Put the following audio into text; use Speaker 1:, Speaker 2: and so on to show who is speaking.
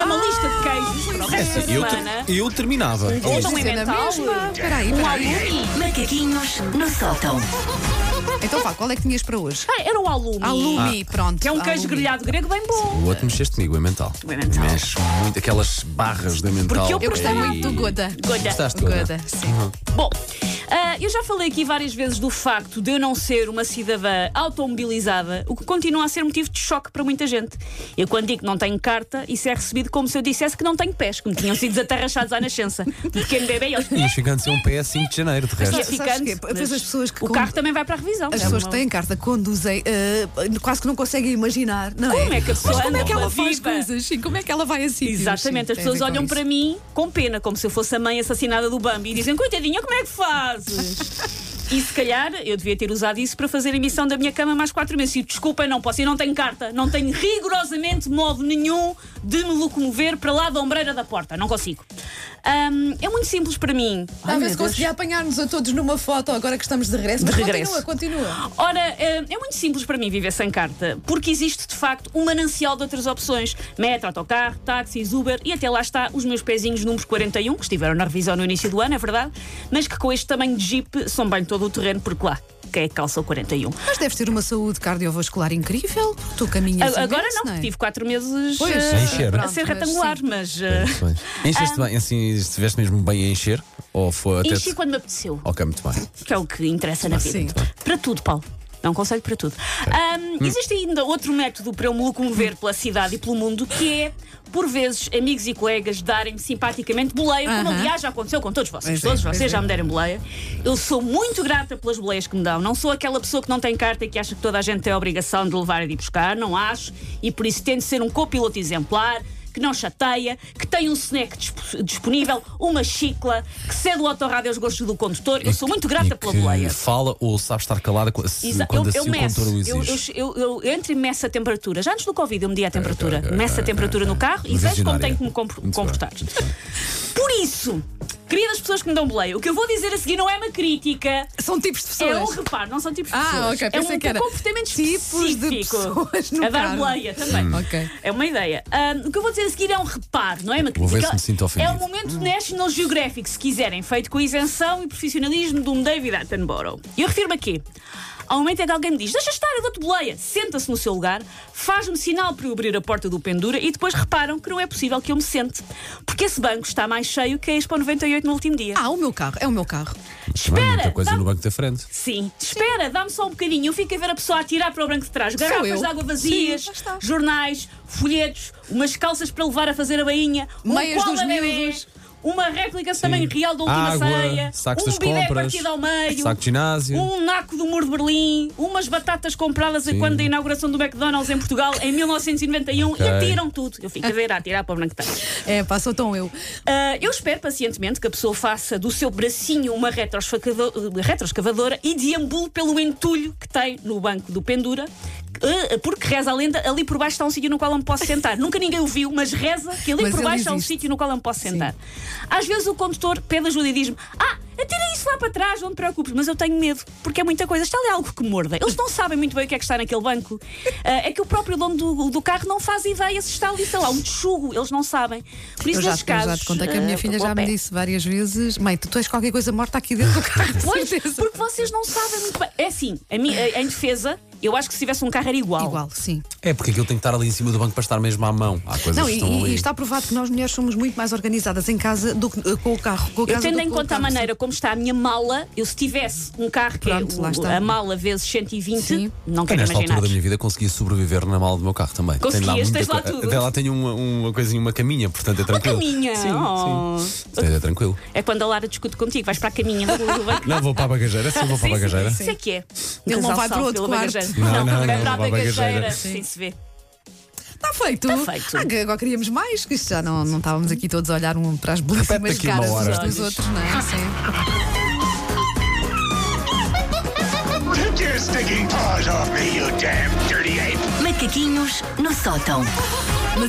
Speaker 1: É
Speaker 2: É assim, eu, ter-
Speaker 1: semana.
Speaker 2: eu terminava.
Speaker 1: Ou
Speaker 2: Isto.
Speaker 1: não
Speaker 3: Cena
Speaker 1: mental.
Speaker 3: mesma. Peraí,
Speaker 4: Um
Speaker 3: peraí.
Speaker 4: aluno.
Speaker 5: Macaquinhos no sótão.
Speaker 3: Então vá, qual é que tinhas para hoje?
Speaker 1: Ah, era o alumi.
Speaker 3: Alumi, pronto.
Speaker 1: Que é um queijo
Speaker 3: alumi.
Speaker 1: grelhado grego bem bom.
Speaker 2: O outro mexeste comigo, é mental.
Speaker 5: É mental.
Speaker 2: Mexe muito aquelas barras da mental.
Speaker 1: Porque eu
Speaker 3: Eu gostei
Speaker 2: Ei.
Speaker 3: muito do Goda.
Speaker 1: Goda.
Speaker 2: Gostaste, Goda? Uhum.
Speaker 3: Goda, sim.
Speaker 1: Bom, ah, eu já falei aqui várias vezes do facto de eu não ser uma cidadã automobilizada, o que continua a ser motivo de choque para muita gente. Eu, quando digo que não tenho carta, isso é recebido como se eu dissesse que não tenho pés, que me tinham sido desatarrachados à nascença. De pequeno bebê, e eles.
Speaker 2: Mas ficando ser um pé a 5 de janeiro, de
Speaker 1: ia
Speaker 2: resto.
Speaker 3: sabes
Speaker 1: ficando.
Speaker 3: quê? Depois
Speaker 1: mas
Speaker 3: as pessoas que
Speaker 1: o
Speaker 3: com-
Speaker 1: carro também vai para a revisão.
Speaker 3: As
Speaker 1: É
Speaker 3: pessoas
Speaker 1: uma-
Speaker 3: que têm carta conduzem, eh, quase que não conseguem imaginar, não é?
Speaker 1: Como é que a pessoa
Speaker 3: Mas como é
Speaker 1: anda
Speaker 3: que ela
Speaker 1: pela
Speaker 3: faz
Speaker 1: vida?
Speaker 3: coisas? Sim, como é que ela vai assim?
Speaker 1: Exatamente, as pessoas olham para mim com pena, como se eu fosse a mãe assassinada do Bambi e dizem: Coitadinha, como é que fazes? E se calhar eu devia ter usado isso para fazer a emissão da minha cama mais quatro meses. E desculpem, não posso, eu não tenho carta, não tenho rigorosamente modo nenhum de me locomover para lá da ombreira da porta, não consigo. Ahm, é muito simples para mim.
Speaker 3: Ai,
Speaker 4: Vamos ver
Speaker 3: meu
Speaker 4: se
Speaker 3: Deus.
Speaker 4: conseguia apanhar-nos a todos numa foto agora que estamos de regresso.
Speaker 1: De
Speaker 4: Mas
Speaker 1: regresso.
Speaker 4: Continua, continua.
Speaker 1: Ora, eh, é muito simples para mim viver sem carta, porque existe de facto um manancial de outras opções: metro, autocarro, táxis, Uber e até lá está os meus pezinhos números 41, que estiveram na revisão no início do ano, é verdade, mas que com este tamanho de jeep são bem todo o terreno, porque lá. Quem é que calça o 41?
Speaker 3: Mas deves ter uma saúde cardiovascular incrível, porque tu caminhas.
Speaker 1: A- Agora
Speaker 3: é imenso,
Speaker 1: não, porque tive quatro meses eh,
Speaker 3: Pois,
Speaker 2: a encher.
Speaker 1: a ser
Speaker 3: Pronto, mas
Speaker 1: retangular, mas. eh,
Speaker 2: Parabéns. Encheste bem, assim, estiveste mesmo bem a encher? Ou foi até.
Speaker 1: enchi quando me apeteceu.
Speaker 2: Ok, muito bem.
Speaker 1: que é o que interessa na vida.
Speaker 3: sim.
Speaker 1: Para tudo, Paulo. É um conselho para tudo. Ahm, Existe ainda outro método para eu me locomover pela cidade e pelo mundo, que é, por vezes, amigos e colegas darem-me simpaticamente boleia, como
Speaker 3: Aham.
Speaker 1: aliás já aconteceu com todos vocês.
Speaker 3: Pois é,
Speaker 1: todos
Speaker 3: pois
Speaker 1: vocês já me deram boleia. Eu sou muito grata pelas boleias que me dão. Não sou aquela pessoa que não tem carta e que acha que toda a gente tem a obrigação de levar e de ir buscar. Não acho. E por isso tento ser um copiloto exemplar. Que não chateia, que tem um snack disp- disponível, uma chicla, que cede o autorrádio aos gostos do condutor. Eu sou muito grata
Speaker 2: E
Speaker 1: pela
Speaker 2: É que
Speaker 1: boleia.
Speaker 2: Fala ou sabe estar calada quando, se-
Speaker 1: Exa-
Speaker 2: quando assim
Speaker 1: eu, eu
Speaker 2: o condutor o
Speaker 1: meço, eu,
Speaker 2: exige.
Speaker 1: eu, eu, eu entro e meço a temperatura. Já antes do Covid eu medi a temperatura.
Speaker 2: ok, ok,
Speaker 1: meço
Speaker 2: ok,
Speaker 1: a temperatura no carro e vejo como
Speaker 2: Visionária.
Speaker 1: tenho que me compro-
Speaker 2: Muito bem,
Speaker 1: comportar.
Speaker 2: muito bem.
Speaker 1: Por isso, queridas pessoas que me dão boleia, o que eu vou dizer a seguir não é uma crítica.
Speaker 3: São tipos de
Speaker 1: É um
Speaker 3: pessoas.
Speaker 1: reparo, não são tipos de
Speaker 3: Ah,
Speaker 1: pessoas.
Speaker 3: ok,
Speaker 1: é
Speaker 3: pensei
Speaker 1: um
Speaker 3: que era
Speaker 1: comportamento
Speaker 3: tipos de
Speaker 1: específico.
Speaker 3: pessoas no
Speaker 1: a dar
Speaker 3: carro. Hum,
Speaker 1: boleia também.
Speaker 3: Ok.
Speaker 1: É uma ideia. Ahm, o que eu vou dizer a seguir é um reparo, não é uma
Speaker 2: Vou ver
Speaker 1: crítica.
Speaker 2: se me sinto
Speaker 1: é
Speaker 2: ofendido.
Speaker 1: um momento
Speaker 3: Hum.
Speaker 1: National Geographic, se quiserem, feito com a isenção e profissionalismo de um David Attenborough. E eu refiro-me aqui. Há um momento em que alguém me diz: Deixa estar, eu dou-te boleia. Senta-se no seu lugar, faz-me sinal para eu abrir a porta do pendura e depois reparam que não é possível que eu me sente. Porque esse banco está mais cheio que a Expo 98 no último dia.
Speaker 3: Ah, o meu carro, é o meu carro.
Speaker 2: Também há
Speaker 1: Espera,
Speaker 2: Muita coisa
Speaker 1: dá-me
Speaker 2: no banco da frente.
Speaker 1: Sim. Espera, dá-me só um bocadinho. Eu fico a ver a pessoa a tirar para o branco de trás
Speaker 3: eu.
Speaker 1: garrafas de água vazias,
Speaker 3: Sim, lá está.
Speaker 1: jornais, folhetos, umas calças para levar a fazer a bainha, um
Speaker 3: Meias
Speaker 1: colo
Speaker 3: dos
Speaker 1: a bebê,
Speaker 3: miúdos.
Speaker 1: Uma réplica também real da última
Speaker 2: Água,
Speaker 1: ceia,
Speaker 2: sacos
Speaker 1: um
Speaker 2: das
Speaker 1: bidé
Speaker 2: compras,
Speaker 1: partido ao meio,
Speaker 2: saco de ginásio.
Speaker 1: um naco do muro de Berlim, umas batatas compradas quando da inauguração do McDonald's em Portugal em 1991
Speaker 2: Ok.
Speaker 1: e atiram tudo. Eu fico a ver a atirar para o branco de trás.
Speaker 3: É, pá, sou tão eu.
Speaker 1: Ah, eu espero pacientemente que a pessoa faça do seu bracinho uma retroesfacado- retroescavadora e deambule pelo entulho que tem no banco do pendura. ah, Porque reza a lenda, ali por baixo está um sítio no qual eu me posso sentar. Nunca ninguém o viu, mas reza que ali
Speaker 3: Mas
Speaker 1: por
Speaker 3: ele
Speaker 1: baixo há um
Speaker 3: existe.
Speaker 1: sítio no qual eu me posso sentar. Às vezes o condutor pede ajuda e diz-me: Ah, atira isso lá para trás, não te preocupes, mas eu tenho medo, porque é muita coisa. Está ali algo que morda. Eles não sabem muito bem o que é que está naquele banco. Ah, é que o próprio dono do, do carro não faz ideia se está ali, sei lá, um tchugo. Eles não sabem. Por isso,
Speaker 3: Eu já,
Speaker 1: nesses
Speaker 3: te- eu já
Speaker 1: casos,
Speaker 3: te contei que a minha
Speaker 1: eh,
Speaker 3: filha
Speaker 1: vou
Speaker 3: já
Speaker 1: a
Speaker 3: me
Speaker 1: pé.
Speaker 3: disse várias vezes: Mãe, tu tens qualquer coisa morta aqui dentro do carro, de
Speaker 1: Pois,
Speaker 3: certeza.
Speaker 1: porque vocês não sabem muito bem. É assim, a mi- eh, em defesa, eu acho que se tivesse um carro era igual.
Speaker 3: Igual, sim.
Speaker 2: É porque aquilo tem que estar ali em cima do banco para estar mesmo à mão. Há coisas
Speaker 3: Não,
Speaker 2: que
Speaker 3: e,
Speaker 2: estão
Speaker 3: e-
Speaker 2: ali.
Speaker 3: e está provado que nós mulheres somos muito mais organizadas em casa do que eh, com o carro. Com a
Speaker 1: Eu
Speaker 3: casa
Speaker 1: tendo
Speaker 3: do
Speaker 1: em
Speaker 3: que com o
Speaker 1: conta a
Speaker 3: carro,
Speaker 1: maneira como está a minha mala, eu se tivesse um carro que
Speaker 3: Pronto,
Speaker 1: é
Speaker 3: lá
Speaker 1: o-
Speaker 3: está.
Speaker 1: a mala vezes 120,
Speaker 3: Sim.
Speaker 1: não
Speaker 2: Eu,
Speaker 1: quero
Speaker 2: nesta
Speaker 1: imaginar.
Speaker 2: altura da minha vida conseguia sobreviver na mala do meu carro também.
Speaker 1: Conseguias,
Speaker 2: muita
Speaker 1: tens lá
Speaker 2: co-
Speaker 1: tudo.
Speaker 2: Até lá tenho uma, uma coisinha, uma caminha, portanto é tranquilo.
Speaker 1: caminha,
Speaker 2: Sim,
Speaker 1: oh.
Speaker 2: sim. Portanto, É tranquilo.
Speaker 1: É quando a Lara discute contigo, vais para a caminha do do banco.
Speaker 2: Não, vou para a bagageira, sim, vou para a bagageira.
Speaker 1: Isso é que é. Um
Speaker 3: Ele não
Speaker 1: casal
Speaker 3: vai para
Speaker 1: salvo
Speaker 3: outro
Speaker 1: pela
Speaker 3: quarto.
Speaker 1: bagageira.
Speaker 2: Não,
Speaker 1: vai
Speaker 2: não, não,
Speaker 1: para a
Speaker 2: vai para a
Speaker 1: bagageira.
Speaker 2: bagageira.
Speaker 1: Sim, se vê.
Speaker 3: Está feito.
Speaker 1: Está feito.
Speaker 3: Ah, que agora queríamos mais, que já não, não estávamos aqui todos a olhar um para as belíssimas
Speaker 2: Repete daqui uma
Speaker 3: caras
Speaker 2: hora.
Speaker 3: uns dos outros, não é? Sim.
Speaker 6: Take your stinking paws off me, you damn dirty ape!
Speaker 5: Macaquinhos no sótão.